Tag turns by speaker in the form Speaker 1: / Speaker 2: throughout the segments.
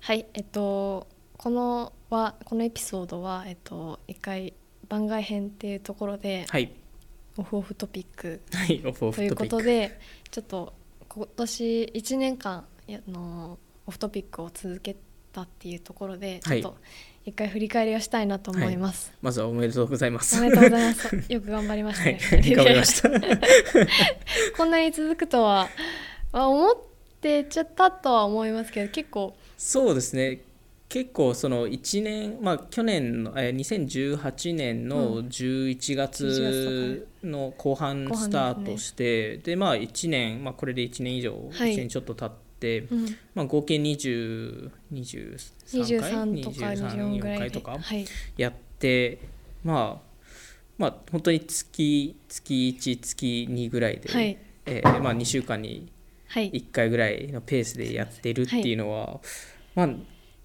Speaker 1: はいえっとこのはこのエピソードはえっと一回番外編っていうところで
Speaker 2: はい
Speaker 1: オフオフトピック
Speaker 2: はいオフオフ
Speaker 1: という
Speaker 2: ト
Speaker 1: こ
Speaker 2: ピッ
Speaker 1: と
Speaker 2: ク
Speaker 1: でちょっと今年1年間やあのオフトピックを続けたっていうところでちょ
Speaker 2: は
Speaker 1: っ
Speaker 2: い
Speaker 1: と一回振り返りをしたいなと思います。
Speaker 2: まずはおめでとうございます
Speaker 1: おめでとうございます。 よく頑張りました
Speaker 2: は
Speaker 1: ね
Speaker 2: い。頑張りま
Speaker 1: た
Speaker 2: した
Speaker 1: こんなに続くとは、まあ、思ってちゃったとは思いますけど結構
Speaker 2: そうですね結構その1年まあ去年のえー2018年
Speaker 1: う
Speaker 2: の11
Speaker 1: 11月
Speaker 2: 月の後半
Speaker 1: 後半ですね
Speaker 2: スタートしてで,、まあ1年、まあ、これで1年以上、
Speaker 1: はい
Speaker 2: 1年ちょっと経って、
Speaker 1: うん、
Speaker 2: まあ、合計2023回
Speaker 1: 23とか24ぐらいで
Speaker 2: とか
Speaker 1: はい、
Speaker 2: やってまあまあ本当に月月1月2ぐらいで、
Speaker 1: はい
Speaker 2: えーまあ、2週間に
Speaker 1: はい、
Speaker 2: 1回ぐらいのペースでやってるっていうのは、まあ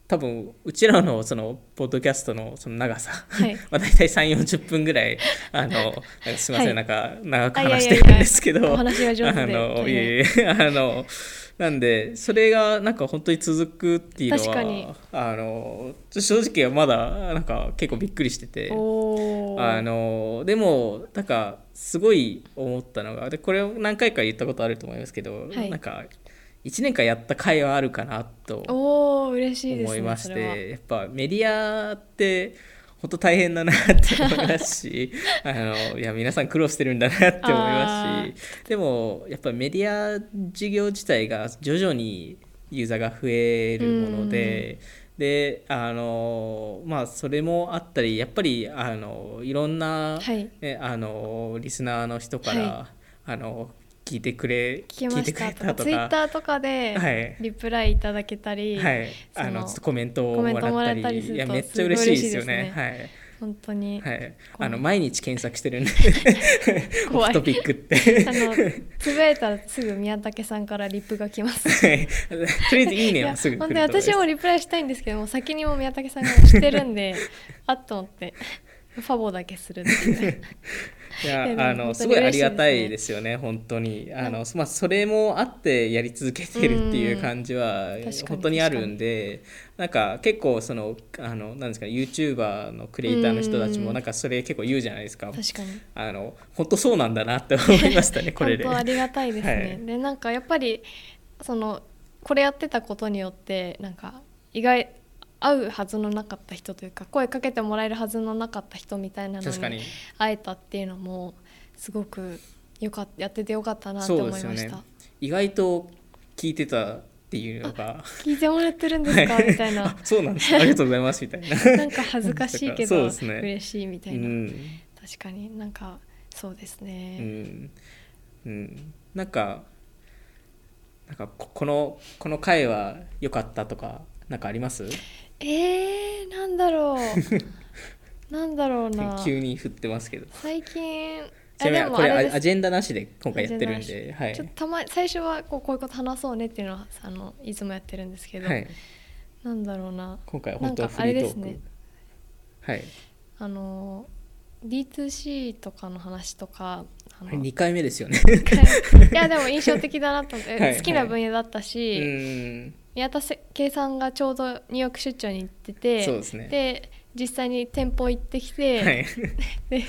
Speaker 2: 多分うちらのそのポッドキャストのその長さ
Speaker 1: はい、
Speaker 2: まあ大体3 4 0分ぐらいあのなんかすみませ
Speaker 1: はい
Speaker 2: ん、なんか長く
Speaker 1: あいやい
Speaker 2: 話し
Speaker 1: やい
Speaker 2: て
Speaker 1: や
Speaker 2: るんですけど
Speaker 1: お話が上手で
Speaker 2: あの
Speaker 1: 大変
Speaker 2: いえいえあのなんでそれがなんか本当に続くっていうのは
Speaker 1: 確かに
Speaker 2: あのちょ正直まだなんか結構びっくりしてて。
Speaker 1: お
Speaker 2: あ
Speaker 1: ー
Speaker 2: のでもなんかすごい思ったのがでこれを何回か言ったことあると思いますけど、
Speaker 1: はい
Speaker 2: なんか1年間やった回はあるかなと
Speaker 1: おー嬉しいですね
Speaker 2: 思いまし
Speaker 1: それは
Speaker 2: てやっぱメディアって本当大変だなって思います しあのいや皆さん苦労してるんだなって思いますしでもやっぱメディア事業自体が徐々にユーザーが増えるもので。であのまあ、それもあったりやっぱりあのいろんな、
Speaker 1: はい
Speaker 2: ねあのリスナーの人から、
Speaker 1: は
Speaker 2: あの聞いてくれ
Speaker 1: 聞きま
Speaker 2: いて
Speaker 1: し
Speaker 2: くれ
Speaker 1: た
Speaker 2: た
Speaker 1: とか
Speaker 2: とか
Speaker 1: ツイッターとかで
Speaker 2: はい
Speaker 1: リプライいただけたり、
Speaker 2: はい、
Speaker 1: その
Speaker 2: あのちょっとコメントを
Speaker 1: コ
Speaker 2: も
Speaker 1: メントもら
Speaker 2: ら
Speaker 1: っ
Speaker 2: っ
Speaker 1: た
Speaker 2: た
Speaker 1: り
Speaker 2: り、
Speaker 1: する
Speaker 2: い
Speaker 1: と
Speaker 2: やめっちゃ嬉しいですよね。
Speaker 1: す
Speaker 2: はい
Speaker 1: 本当に、
Speaker 2: はい、
Speaker 1: こう
Speaker 2: あの毎日検索して るんで、
Speaker 1: 怖い
Speaker 2: トピック って。
Speaker 1: あのつぶやいたらすぐ宮武さんからリプが来 ます
Speaker 2: はいとりあえずいい
Speaker 1: い
Speaker 2: ね
Speaker 1: や
Speaker 2: はすぐ来
Speaker 1: 本
Speaker 2: る
Speaker 1: 当
Speaker 2: と
Speaker 1: に
Speaker 2: 思います
Speaker 1: 私もリプライしたいんですけども先にもう宮武さんがしてるん であっと思ってファボだけするっていう
Speaker 2: い
Speaker 1: いやで
Speaker 2: や
Speaker 1: も本
Speaker 2: あ
Speaker 1: 当に
Speaker 2: のすごいありがた
Speaker 1: 嬉しいで
Speaker 2: いですよね本当にあ
Speaker 1: な
Speaker 2: のまあそれもあってやり続けてるっていう感じは
Speaker 1: 確かに
Speaker 2: 本当にあるんでなんか結構そのあのなんですか YouTuber のクリエイターの人たち
Speaker 1: う
Speaker 2: も
Speaker 1: ん
Speaker 2: なんかそれ結構言うじゃないですか
Speaker 1: 確かに
Speaker 2: あの本当そうなんだなって思いましたねこれで。
Speaker 1: 本当ありがたいですね、
Speaker 2: はい
Speaker 1: でなんかやっぱりそのこれやってたことによってなんか意外会うはずのなかった人というか声かけてもらえるはずのなかった人みたいなの
Speaker 2: 確かに
Speaker 1: に会えたっていうのもすごくよかっやっててよかったなって
Speaker 2: そう
Speaker 1: 思
Speaker 2: で
Speaker 1: い
Speaker 2: すよ
Speaker 1: まし
Speaker 2: ね
Speaker 1: た、
Speaker 2: 意外と聞いてたっていうのが
Speaker 1: 聞いてもらってるんですかみたいな
Speaker 2: あそうなんですありがとうございますみたいな
Speaker 1: なんか恥ずかしいけ
Speaker 2: そう
Speaker 1: ど
Speaker 2: ですね
Speaker 1: 嬉しいみた
Speaker 2: う
Speaker 1: いな、
Speaker 2: ん
Speaker 1: 確かになんかそうです
Speaker 2: う
Speaker 1: ね、
Speaker 2: ん、うん、なんかなんかここのこの回は良かったとかなんかあります
Speaker 1: えー、なんだろう なんだろうな
Speaker 2: 急に振ってますけど
Speaker 1: 最近
Speaker 2: ちなみにこれ
Speaker 1: あ
Speaker 2: ア
Speaker 1: です
Speaker 2: ジェンダなしで今回やってるん
Speaker 1: アジェン
Speaker 2: ではい
Speaker 1: ちょっとたま最初はこうこういうこと話そうねっていうのはあのいつもやってるんですけど、
Speaker 2: はい
Speaker 1: なんだろうな
Speaker 2: 今回は本当
Speaker 1: なん
Speaker 2: フ
Speaker 1: かあれ
Speaker 2: リー
Speaker 1: で
Speaker 2: ト
Speaker 1: す
Speaker 2: ー
Speaker 1: ね
Speaker 2: クはい
Speaker 1: あの D2C とかの話とかあの
Speaker 2: 2回目ですよね
Speaker 1: いやでも印象的だなと思って
Speaker 2: はい
Speaker 1: 好きな分野だったし、
Speaker 2: うん
Speaker 1: 宮田圭さんがちょうどニューヨーク出張に行ってて
Speaker 2: そうですね
Speaker 1: で実際に店舗行ってきて、
Speaker 2: はい
Speaker 1: で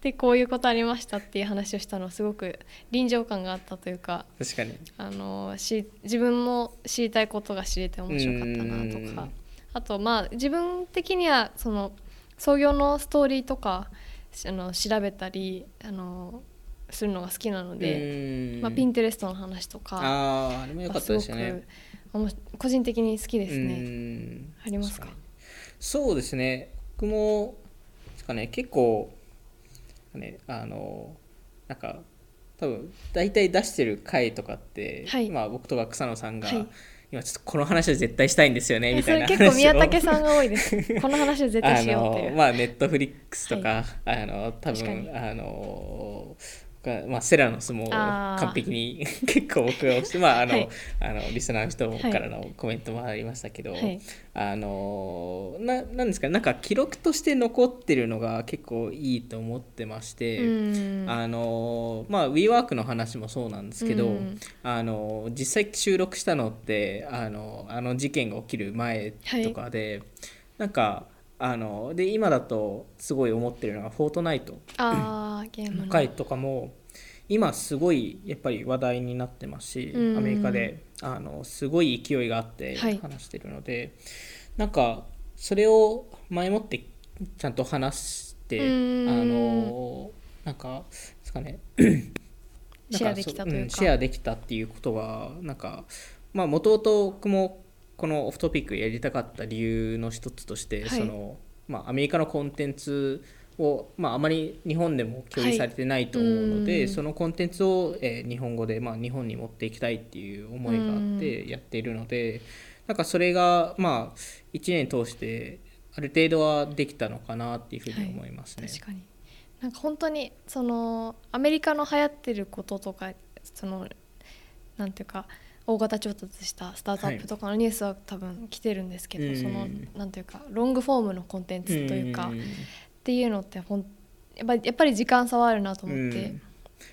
Speaker 1: でこういうことありましたっていう話をしたのすごく臨場感があったというか
Speaker 2: 確かに
Speaker 1: あのし自分も知りたいことが知れて面白かったなと
Speaker 2: う
Speaker 1: か
Speaker 2: ん
Speaker 1: あとまあ自分的にはその創業のストーリーとかしあの調べたりあのするのが好きなので、
Speaker 2: うん
Speaker 1: まあ、ピンテレストの話とか
Speaker 2: あああれも良か
Speaker 1: が
Speaker 2: った
Speaker 1: すご
Speaker 2: で
Speaker 1: く
Speaker 2: したね。
Speaker 1: おもし個人的に好きです
Speaker 2: う
Speaker 1: ね。
Speaker 2: ん
Speaker 1: ありますか
Speaker 2: そうですね僕もですかね結構ねあのなんか多分大体出してる回とかって、
Speaker 1: はい
Speaker 2: まあ、僕とか草野さんが、
Speaker 1: はい
Speaker 2: 今ちょっとこの話は絶対したいんですよね
Speaker 1: え
Speaker 2: み
Speaker 1: そ
Speaker 2: たい
Speaker 1: れ
Speaker 2: な
Speaker 1: 結構宮武
Speaker 2: ん
Speaker 1: さんが多いです。この話は絶対しようってい
Speaker 2: あの
Speaker 1: う。
Speaker 2: まあネットフリックスとか、あの多
Speaker 1: 確か
Speaker 2: 分
Speaker 1: に
Speaker 2: あのが、まあ、セラノスも
Speaker 1: あー
Speaker 2: 完璧に 結構僕が押して、まああの
Speaker 1: はい
Speaker 2: あのリスナーの人からのコメントもありましたけど、
Speaker 1: はい
Speaker 2: あのななんですかねなんか記録として残ってるのが結構いいと思ってまして。
Speaker 1: うん
Speaker 2: あのまあ WeWork の話もそうなんですけど、
Speaker 1: うん
Speaker 2: あの実際収録したのってあのあの事件が起きる前とかで、なんかあので今だとすごい思ってるのが「フォートナイト
Speaker 1: あーゲーム」
Speaker 2: の
Speaker 1: の
Speaker 2: 回とかも今すごいやっぱり話題になってますし、
Speaker 1: うん
Speaker 2: アメリカであのすごい勢いがあって
Speaker 1: はい
Speaker 2: 話してるので、なんかそれを前もってちゃんと話して、
Speaker 1: うん
Speaker 2: あのなんかですかね
Speaker 1: シェアできたというか
Speaker 2: なんそんシェアできたっていうことはなんかまあもと僕もこのオフトピックやりたかった理由の一つとして、
Speaker 1: はい
Speaker 2: そのまあ、アメリカのコンテンツを、まあ、あまり日本でも共有されてないと思うので、
Speaker 1: はいうん
Speaker 2: そのコンテンツを、えー日本語で、まあ、日本に持っていきたいっていう思いがあってやっているので、なんかそれが、まあ、1年通してある程度はできたのかなっていうふうに思いますね。
Speaker 1: 確かになんか本当にそのアメリカの流行ってることとかそのなんていうか大型調達したスタートアップとかのニュースは多分来てるんですけど、
Speaker 2: うん
Speaker 1: そのなんていうかロングフォームのコンテンツというか、っ
Speaker 2: ん
Speaker 1: ていうのってほんやっぱりやっぱり時間差はあるなと思って、
Speaker 2: うん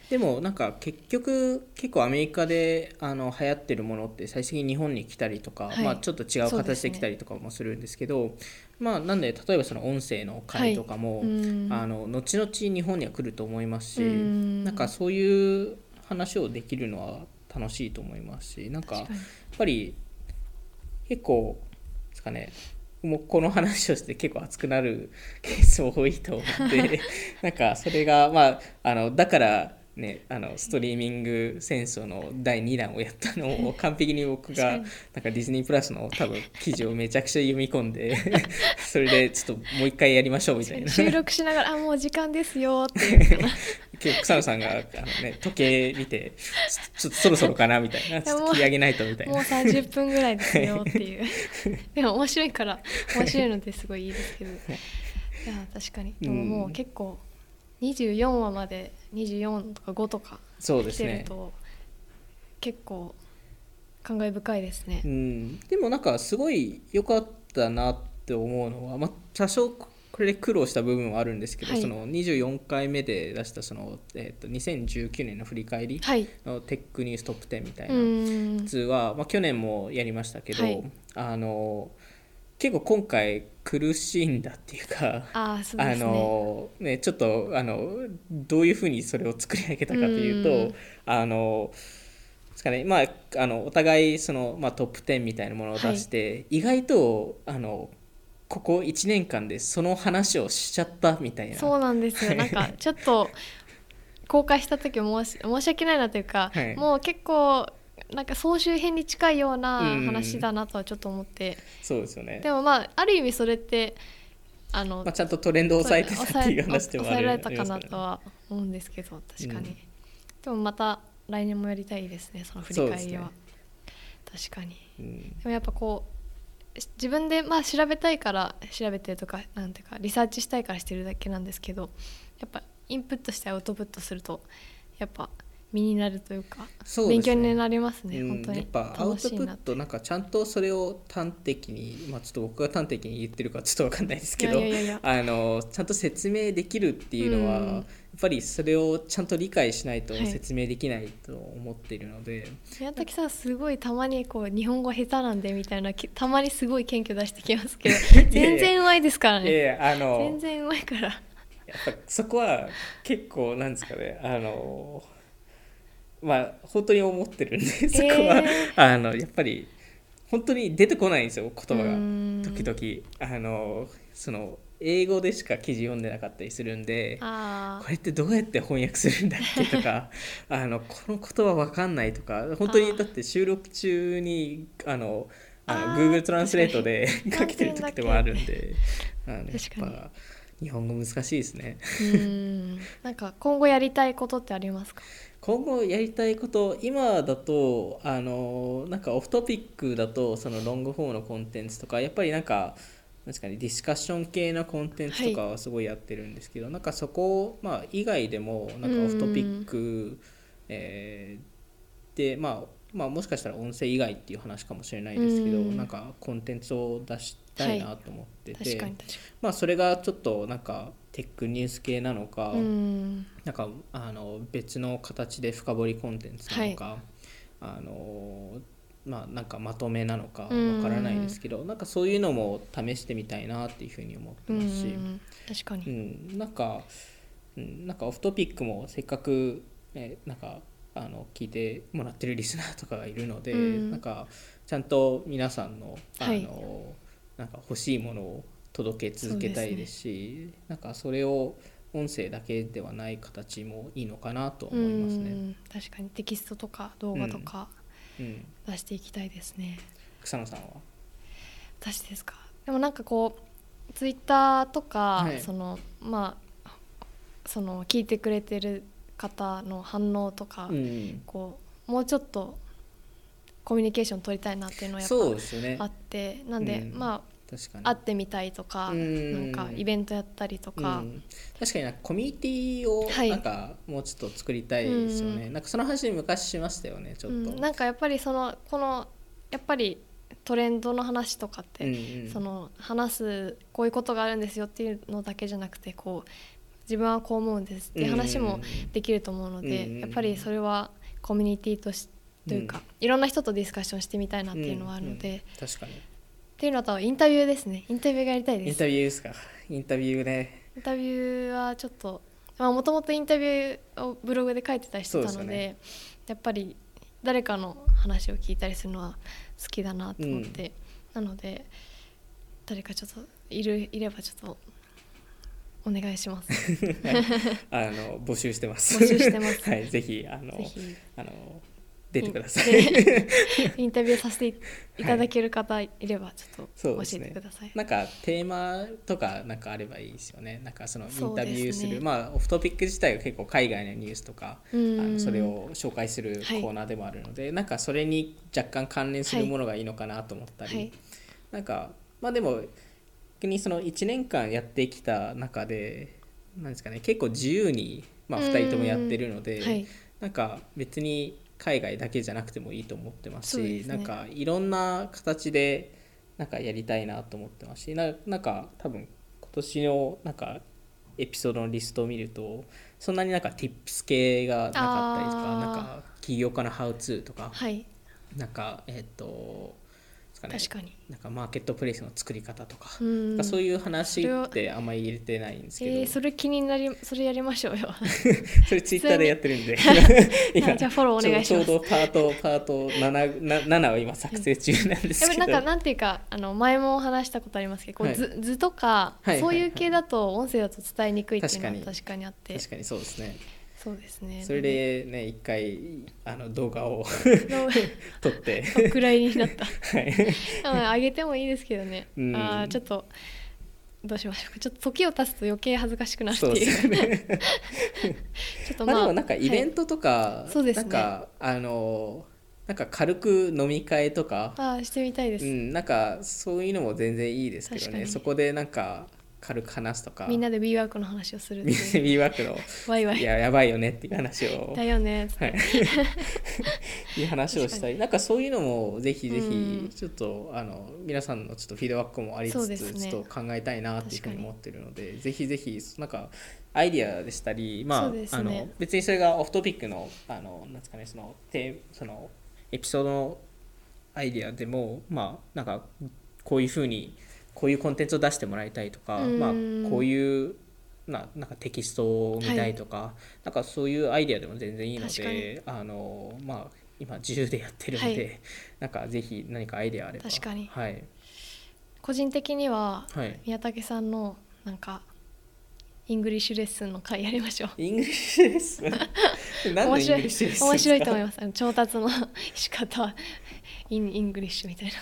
Speaker 2: でもなんか結局結構アメリカであの流行ってるものって最終的に日本に来たりとか、
Speaker 1: はい
Speaker 2: まあ、ちょっと違う
Speaker 1: そうで
Speaker 2: 形
Speaker 1: すね
Speaker 2: で来たりとかもするんですけどまあなんで例えばその音声の回とかも、
Speaker 1: うん
Speaker 2: あの後々日本には来ると思いますし、
Speaker 1: うん
Speaker 2: なんかそういう話をできるのは楽しいと思いますしなんかやっ
Speaker 1: 確かに
Speaker 2: ぱり結構ですかねもうこの話をして結構熱くなるケースも多いと思って なんかそれがまああのだからねあのストリーミング戦争の第2弾をやったのを完璧に僕がなん
Speaker 1: 確
Speaker 2: かディズニープラスの多分記事をめちゃくちゃ読み込 んでそれでちょっともう一回やりましょうみたいな
Speaker 1: 収録しながら「あもう時間ですよ」って いうかな
Speaker 2: 今日草野さんがあの、ね、時計見てちょちょっとそろそろかなみたいなちょっと気上げないとみたい
Speaker 1: もう
Speaker 2: な
Speaker 1: 30分ぐらいですよって いうでも面白いから面白いのですごいいいですけどいや確かにでももう結構24話まで24とか5とか
Speaker 2: そうで
Speaker 1: 来
Speaker 2: す
Speaker 1: てる
Speaker 2: ね
Speaker 1: と、結構感慨深いですね
Speaker 2: う。んでもなんかすごい良かったなって思うのは、まあ、多少これで苦労した部分はあるんですけど、
Speaker 1: はい
Speaker 2: その24回目で出したその、えっと2019年の振り返り
Speaker 1: はい、
Speaker 2: のテックニューストップ10みたいうな
Speaker 1: ーん
Speaker 2: 普通は、まあ、去年もやりましたけど、
Speaker 1: はい
Speaker 2: あの結構今回苦しいんだっていうか
Speaker 1: ああそう
Speaker 2: あ
Speaker 1: ですね。
Speaker 2: のね、ちょっとあのどういうふうにそれを作り上げたかという
Speaker 1: う
Speaker 2: と
Speaker 1: ん
Speaker 2: あのですかねまあ、あのお互いその、まあ、トップ10みたいなものを出して、意外とあのここ1年間でその話をしちゃったみたいな
Speaker 1: そうなんです よなんかちょっと公開した時申し申し訳ないなというか、
Speaker 2: はい
Speaker 1: もう結構なんか総集編に近いような
Speaker 2: うん
Speaker 1: 話だなとはちょっと思って、
Speaker 2: そうですよね、
Speaker 1: でもまあある意味それってあの、
Speaker 2: まあ、ちゃんとトレンドを抑えてたっていう話でもあ
Speaker 1: 抑え抑え
Speaker 2: る
Speaker 1: られたかなと
Speaker 2: あ
Speaker 1: は思うんですけど確かに、
Speaker 2: うん
Speaker 1: でもまた来年もやりたいですねその振り返りは、
Speaker 2: そ
Speaker 1: 確かに
Speaker 2: りますからね
Speaker 1: でもやっぱこうし自分でまあ調べたいから調べてるとかなんていうかリサーチしたいからしてるだけなんですけどやっぱインプットしてアウトプットするとやっぱ身になるというか
Speaker 2: そうで
Speaker 1: 勉
Speaker 2: すね
Speaker 1: 強になりますね、
Speaker 2: うん
Speaker 1: 本当
Speaker 2: や
Speaker 1: に
Speaker 2: っぱアウ
Speaker 1: 楽
Speaker 2: ト
Speaker 1: し
Speaker 2: プ
Speaker 1: いな
Speaker 2: ッ
Speaker 1: って
Speaker 2: トなんかちゃんとそれを端的に、まあ、ちょっと僕が端的に言ってるかちょっとわかんないですけど
Speaker 1: いやいやいや
Speaker 2: あのちゃんと説明できるっていうのは、
Speaker 1: うん
Speaker 2: やっぱりそれをちゃんと理解しないと
Speaker 1: はい
Speaker 2: 説明できないと思っているので、
Speaker 1: 宮崎さんすごいたまにこう日本語下手なんでみたいなきたまにすごい謙虚出してきます けど全然うまいですから
Speaker 2: いやい
Speaker 1: ね
Speaker 2: やあ
Speaker 1: 全
Speaker 2: の
Speaker 1: 然うまいから
Speaker 2: やっぱそこは結構なんですかねあのまあ本当に思ってるんでそこは、
Speaker 1: え
Speaker 2: あのやっぱり本当に出てこないんですよ言葉が。
Speaker 1: うん
Speaker 2: 時々あのその英語でしか記事読んでなかったりするんで
Speaker 1: あ
Speaker 2: こ
Speaker 1: ー
Speaker 2: れってどうやって翻訳するんだっけ とかあのこの言葉わかんないとか本当
Speaker 1: あ
Speaker 2: に
Speaker 1: ー
Speaker 2: だって収録中にあのあ
Speaker 1: あ
Speaker 2: の
Speaker 1: ー
Speaker 2: Google トランスレートで
Speaker 1: 確か
Speaker 2: 書
Speaker 1: に
Speaker 2: けてる時でもあるんであのやっ
Speaker 1: 確かに
Speaker 2: ぱ日本語難しいですね。
Speaker 1: うんなんか今後やりたいことってありますか
Speaker 2: 今後やりたいこと今だとあのなんかオフトピックだとそのロングフォームのコンテンツとかやっぱりなんかなんですかねディスカッション系なコンテンツとかはすごいやってるんですけど、なんかそこ、まあ、以外でもなんかオフトピック、えーで、まあ、まあもしかしたら音声以外っていう話かもしれないですけど、
Speaker 1: うん
Speaker 2: なんかコンテンツを出したいなと思ってて、
Speaker 1: 確かに確か
Speaker 2: まあ、それがちょっとなんかテックニュース系なのか、
Speaker 1: にうん
Speaker 2: なんかあの別の形で深掘りコンテンツなのか、あのまあなんかまとめなのかわ
Speaker 1: うん
Speaker 2: からないですけど、なんかそういうのも試してみたいなっていうふうに思って
Speaker 1: う
Speaker 2: ますし、
Speaker 1: ん確か
Speaker 2: う
Speaker 1: に
Speaker 2: ん、なんか、うん、なんかオフトピックもせっかく、ね、なんかあの聞いてもらってるリスナーとかがいるので、
Speaker 1: うん
Speaker 2: なんかちゃんと皆さんのあの、
Speaker 1: はい
Speaker 2: なんか欲しいものを届け続けたいですしなんかそれを音声だけではない形もいいのかなと思います
Speaker 1: う
Speaker 2: ね。
Speaker 1: ん確かにテキストとか動画とか
Speaker 2: うん、
Speaker 1: 出していきたいですね、
Speaker 2: 草野さんは、
Speaker 1: 私ですかでもなんかこうツイッターとか、
Speaker 2: はい
Speaker 1: そのまあその聞いてくれてる方の反応とか、
Speaker 2: うん、
Speaker 1: こうもうちょっとコミュニケーション取りたいなっていうのはやっ
Speaker 2: そうですね
Speaker 1: ぱあって、なんで、
Speaker 2: うん
Speaker 1: ま
Speaker 2: 確かに
Speaker 1: あ会ってみたいとか、
Speaker 2: う
Speaker 1: なん
Speaker 2: ん
Speaker 1: かイベントやったりとか、
Speaker 2: うん、確かになんかコミュニティを
Speaker 1: はい
Speaker 2: なんかもうちょっと作りたいですよね、
Speaker 1: う
Speaker 2: なんかその話昔しましたよねちょっと、
Speaker 1: うんなんかやっぱりそのこのやっぱりトレンドの話とかっ
Speaker 2: うん
Speaker 1: て、
Speaker 2: うん
Speaker 1: その話すこういうことがあるんですよっていうのだけじゃなくてこう自分はこう思うんですっていう話
Speaker 2: う
Speaker 1: も
Speaker 2: ん
Speaker 1: できると思うので、
Speaker 2: うん
Speaker 1: やっぱりそれはコミュニティとしというか、いろんな人とディスカッションしてみたいなっていうのはあるので、
Speaker 2: うんう
Speaker 1: っ
Speaker 2: ん確かに
Speaker 1: ていうのとインタビューですねインタビューがやりたい
Speaker 2: イ
Speaker 1: で
Speaker 2: ン
Speaker 1: す
Speaker 2: タビューですかインタビュ ーね
Speaker 1: インタビューはちょっともともとインタビューをブログで書いてた人な
Speaker 2: そ
Speaker 1: の
Speaker 2: う
Speaker 1: で
Speaker 2: ですよね
Speaker 1: やっぱり誰かの話を聞いたりするのは好きだなと思って、なので誰かちょっといるいればちょっとお願いします ぜ
Speaker 2: あの募集してます
Speaker 1: 募集してます
Speaker 2: はいぜひあの
Speaker 1: ひ
Speaker 2: あの出てください
Speaker 1: でインタビューさせていいただける方いればちょっ
Speaker 2: そ
Speaker 1: と
Speaker 2: う
Speaker 1: 教
Speaker 2: です
Speaker 1: え
Speaker 2: ね
Speaker 1: てください、
Speaker 2: なんかテーマとかなんかあればいいですよねなんかそのインタビューす
Speaker 1: そうです
Speaker 2: る
Speaker 1: ね
Speaker 2: まあオフトピック自体が結構海外のニュースとか
Speaker 1: う
Speaker 2: あ
Speaker 1: ん
Speaker 2: のそれを紹介するコーナーでもあるので、なんかそれに若干関連するものがいいのかなと思ったり、
Speaker 1: はい
Speaker 2: なんかまあでも逆にその1年間やってきた中でなんですかね結構自由に、まあ、
Speaker 1: うん
Speaker 2: 2人ともやってるので、
Speaker 1: はい
Speaker 2: なんか別に海外だけじゃなくてもいいと思ってます
Speaker 1: そう
Speaker 2: し
Speaker 1: ですね
Speaker 2: なんかいろんな形でなんかやりたいなと思ってますしななんか多分今年のなんかエピソードのリストを見るとそんなになんか tips 系がなかったりとか
Speaker 1: あー
Speaker 2: なんか起業家の how to とか
Speaker 1: はい
Speaker 2: なんかえっ、とですかね
Speaker 1: 確かに
Speaker 2: なんかマーケットプレイスの作り方とか,、
Speaker 1: うん
Speaker 2: そう
Speaker 1: う
Speaker 2: いう話ってあんまり入れてないんですけど、
Speaker 1: えーそれ気になりそれやりましょうよ
Speaker 2: それツイッターでやってるんで
Speaker 1: あじゃあフォローお願いします
Speaker 2: ちょうどパートパート 7, な7を今作成中なんです
Speaker 1: やっぱ
Speaker 2: け
Speaker 1: り
Speaker 2: ど、
Speaker 1: なんかなんていうかあの前も話したことありますけどこう
Speaker 2: はい
Speaker 1: 図,、図とか、
Speaker 2: はいはいはい
Speaker 1: そういう系だと音声だと伝えにくいっていう
Speaker 2: 確
Speaker 1: の
Speaker 2: か
Speaker 1: は
Speaker 2: に
Speaker 1: 確かにあって
Speaker 2: 確かにそうですね
Speaker 1: そうですね
Speaker 2: それでね一回あの動画を
Speaker 1: の
Speaker 2: 撮って
Speaker 1: お蔵入りになった
Speaker 2: はい
Speaker 1: うんあげてもいいですけどね、
Speaker 2: うん
Speaker 1: あーちょっとどうしましょうかちょっと時を経つと余計恥ずかしくなるって
Speaker 2: そうで
Speaker 1: いう
Speaker 2: すね
Speaker 1: ちょっと
Speaker 2: まあでもなんかイベ
Speaker 1: は
Speaker 2: ン
Speaker 1: い
Speaker 2: トとか、
Speaker 1: そうです
Speaker 2: な
Speaker 1: ね
Speaker 2: んかあのなんか軽く飲み会とか
Speaker 1: あーしてみたいです、
Speaker 2: うん、なんかそういうのも全然いいですけど
Speaker 1: 確か
Speaker 2: ね
Speaker 1: に
Speaker 2: そこでなんか軽く話すとか
Speaker 1: みんなで WeWork の話をするって
Speaker 2: みん なで
Speaker 1: いう
Speaker 2: 迷惑の
Speaker 1: ワイワ
Speaker 2: い
Speaker 1: イ
Speaker 2: ややばいよねっていう話を
Speaker 1: だよね
Speaker 2: はい いい話をしたりなんかそういうのもぜひぜ
Speaker 1: うん
Speaker 2: ひちょっとあの皆さんのちょっとフィードバックもあり
Speaker 1: そ
Speaker 2: つ
Speaker 1: うで
Speaker 2: つ、
Speaker 1: すね
Speaker 2: ちょっと考えたいなっていうふ
Speaker 1: 確か
Speaker 2: うに
Speaker 1: に
Speaker 2: 思ってるのでぜひぜひなんかアイディアでしたりまあ,、
Speaker 1: そうです
Speaker 2: あ
Speaker 1: ね
Speaker 2: の別にそれがオフトピックのあのなんですかねそのテーそのエピソードのアイディアでもまあなんかこういうふうにこういうコンテンツを出してもらいたいとか、
Speaker 1: うん
Speaker 2: まあ、こういうななんかテキストを見たいとか、なんかそういうアイデアでも全然いいの
Speaker 1: 確かに
Speaker 2: であの、まあ、今自由でやってるので、
Speaker 1: は
Speaker 2: なんかぜひ何かアイデアあれば
Speaker 1: 確かに
Speaker 2: はい、
Speaker 1: 個人的には
Speaker 2: はい、
Speaker 1: 宮武さんのなんかイングリッシュレッスンの会やりましょう
Speaker 2: イングリッシュで すなん
Speaker 1: 面
Speaker 2: でイン
Speaker 1: 白
Speaker 2: グ
Speaker 1: い
Speaker 2: リッシュです
Speaker 1: 面白いと思いますあの調達の仕方インイングリッシュみたいな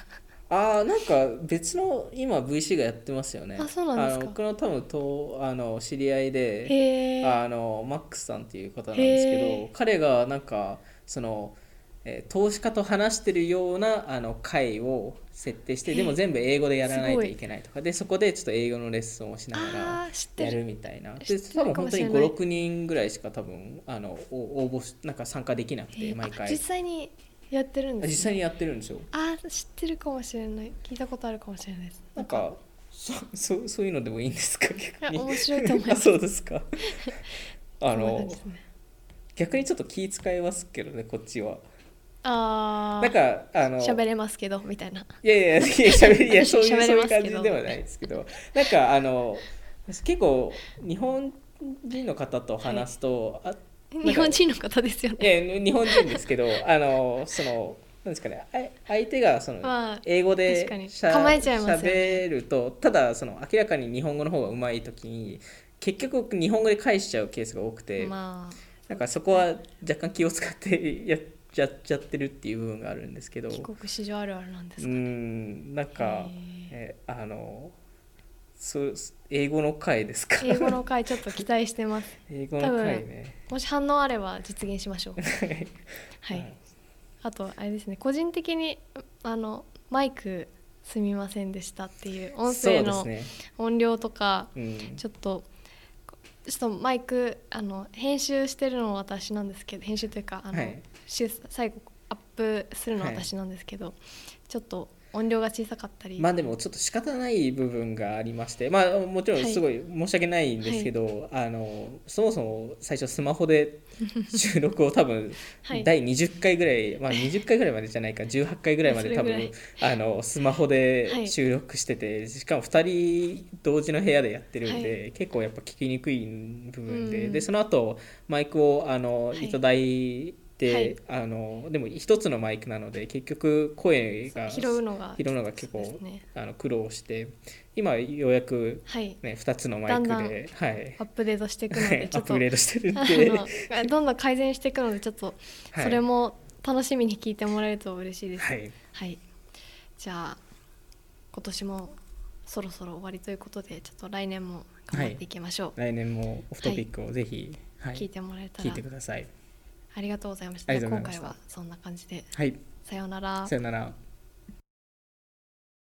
Speaker 2: あーなんか別の今 VC がやってますよね
Speaker 1: あそうなんですか
Speaker 2: あの僕の多分とあの知り合いで
Speaker 1: へえ
Speaker 2: あのマックスさんっていう方なんですけ
Speaker 1: へ
Speaker 2: ど彼がなんかそのえー投資家と話してるようなあの会を設定してでも全部英語でやらないといけないとかでそこでちょっと英語のレッスンをしながら
Speaker 1: あー知って
Speaker 2: やる
Speaker 1: る
Speaker 2: みたいな
Speaker 1: 知
Speaker 2: で
Speaker 1: ってる
Speaker 2: 多分
Speaker 1: かもし
Speaker 2: 本当
Speaker 1: れ
Speaker 2: に
Speaker 1: ない
Speaker 2: 56人ぐらいしか多分あのお応募しなんか参加できなく
Speaker 1: え
Speaker 2: て
Speaker 1: ー
Speaker 2: 毎
Speaker 1: あ
Speaker 2: 回
Speaker 1: 実際にやってるん
Speaker 2: あ
Speaker 1: です、
Speaker 2: 実際にやってるんですよ
Speaker 1: あー知ってるかもしれない聞いたことあるかもしれないです
Speaker 2: なんかそそそういうのでもいいんですか逆
Speaker 1: い
Speaker 2: に
Speaker 1: や面白いと思いま
Speaker 2: あ
Speaker 1: す
Speaker 2: そうですか
Speaker 1: そんな感
Speaker 2: あの
Speaker 1: じですね
Speaker 2: 逆にちょっと気使いますけどねこっちは
Speaker 1: ああ
Speaker 2: なんかあの
Speaker 1: 喋れますけどみたいない
Speaker 2: やいやいやしゃべりいや
Speaker 1: 私
Speaker 2: そういうそう
Speaker 1: 喋れ
Speaker 2: い
Speaker 1: ます
Speaker 2: う
Speaker 1: け
Speaker 2: 感
Speaker 1: ど
Speaker 2: じではないですけどなんかあの私結構日本人の方と話すと、あなんか
Speaker 1: 日本人の方ですよ
Speaker 2: い
Speaker 1: ね
Speaker 2: や日本人ですけどあのそのなんですかねあい相手がその、
Speaker 1: まあ
Speaker 2: 英語
Speaker 1: 確か
Speaker 2: で
Speaker 1: に
Speaker 2: しゃ
Speaker 1: 構えちゃいますよね
Speaker 2: 喋るとただその明らかに日本語の方がうまい時に結局日本語で返しちゃうケースが多くて、
Speaker 1: まあ
Speaker 2: なんかそこは若干気を使ってやっちゃっちゃってるっていう部分があるんですけど
Speaker 1: 帰国子女あるあるなんです
Speaker 2: う
Speaker 1: かね
Speaker 2: んなんか、
Speaker 1: へ
Speaker 2: えあのそう英語の回ですか
Speaker 1: 英語の回ちょっと期待してます
Speaker 2: 英語の回ね。
Speaker 1: もし反応あれば実現しまし ょうは
Speaker 2: はい
Speaker 1: いあとあれですね個人的にあのマイクすみませんでしたっていう音声
Speaker 2: そ
Speaker 1: の
Speaker 2: うですね
Speaker 1: 音量とか、
Speaker 2: うん
Speaker 1: ちょっとちょっとマイクあの編集してるのは私なんですけど編集というかあの、
Speaker 2: はい
Speaker 1: しゅ最後アップするのは
Speaker 2: はい
Speaker 1: 私なんですけど、ちょっと音量が小さかったり、
Speaker 2: まあでもちょっと仕方ない部分がありましてまあもちろんすごい申し訳ないんですけど、あのそもそも最初スマホで 収録を多分
Speaker 1: はい
Speaker 2: 第20回ぐらい、 まあ20回ぐらいまでじゃないか18回ぐらいまで多
Speaker 1: それ
Speaker 2: 分
Speaker 1: ぐ
Speaker 2: あのスマホ
Speaker 1: はい
Speaker 2: で収録してて、しかも2人同時の部屋でやってるんで、結構やっぱ聞きにくい部分で、
Speaker 1: うん
Speaker 2: でその後マイクをあの
Speaker 1: はい
Speaker 2: いただいて、
Speaker 1: はい
Speaker 2: あのでも一つのマイクなので結局声が
Speaker 1: 拾うのが
Speaker 2: 拾うのが結構
Speaker 1: そうですね
Speaker 2: あの苦労して今ようやく、
Speaker 1: はい
Speaker 2: ね、2つのマイクで
Speaker 1: だんだん
Speaker 2: はい、
Speaker 1: アップデートしていくの
Speaker 2: は
Speaker 1: で
Speaker 2: い
Speaker 1: ち
Speaker 2: ア
Speaker 1: ょ
Speaker 2: ッ
Speaker 1: っと
Speaker 2: プグレードしてるん
Speaker 1: あ
Speaker 2: で、
Speaker 1: のどんどん改善していくのでちょっと
Speaker 2: はい
Speaker 1: それも楽しみに聞いてもらえると嬉しいです。
Speaker 2: はい、
Speaker 1: はい、じゃあ今年もそろそろ終わりということでちょっと来年も頑張っていきましょう。
Speaker 2: 来年もオフトピックをぜひ、はい
Speaker 1: 聞いてもらえた
Speaker 2: 聞い
Speaker 1: ら
Speaker 2: てください。
Speaker 1: ありがとうございまし
Speaker 2: あ
Speaker 1: た。
Speaker 2: りがとう
Speaker 1: 今
Speaker 2: ございま
Speaker 1: 回
Speaker 2: し
Speaker 1: は
Speaker 2: た
Speaker 1: そんな感じで
Speaker 2: はい、
Speaker 1: さようなら
Speaker 2: さ。よなら。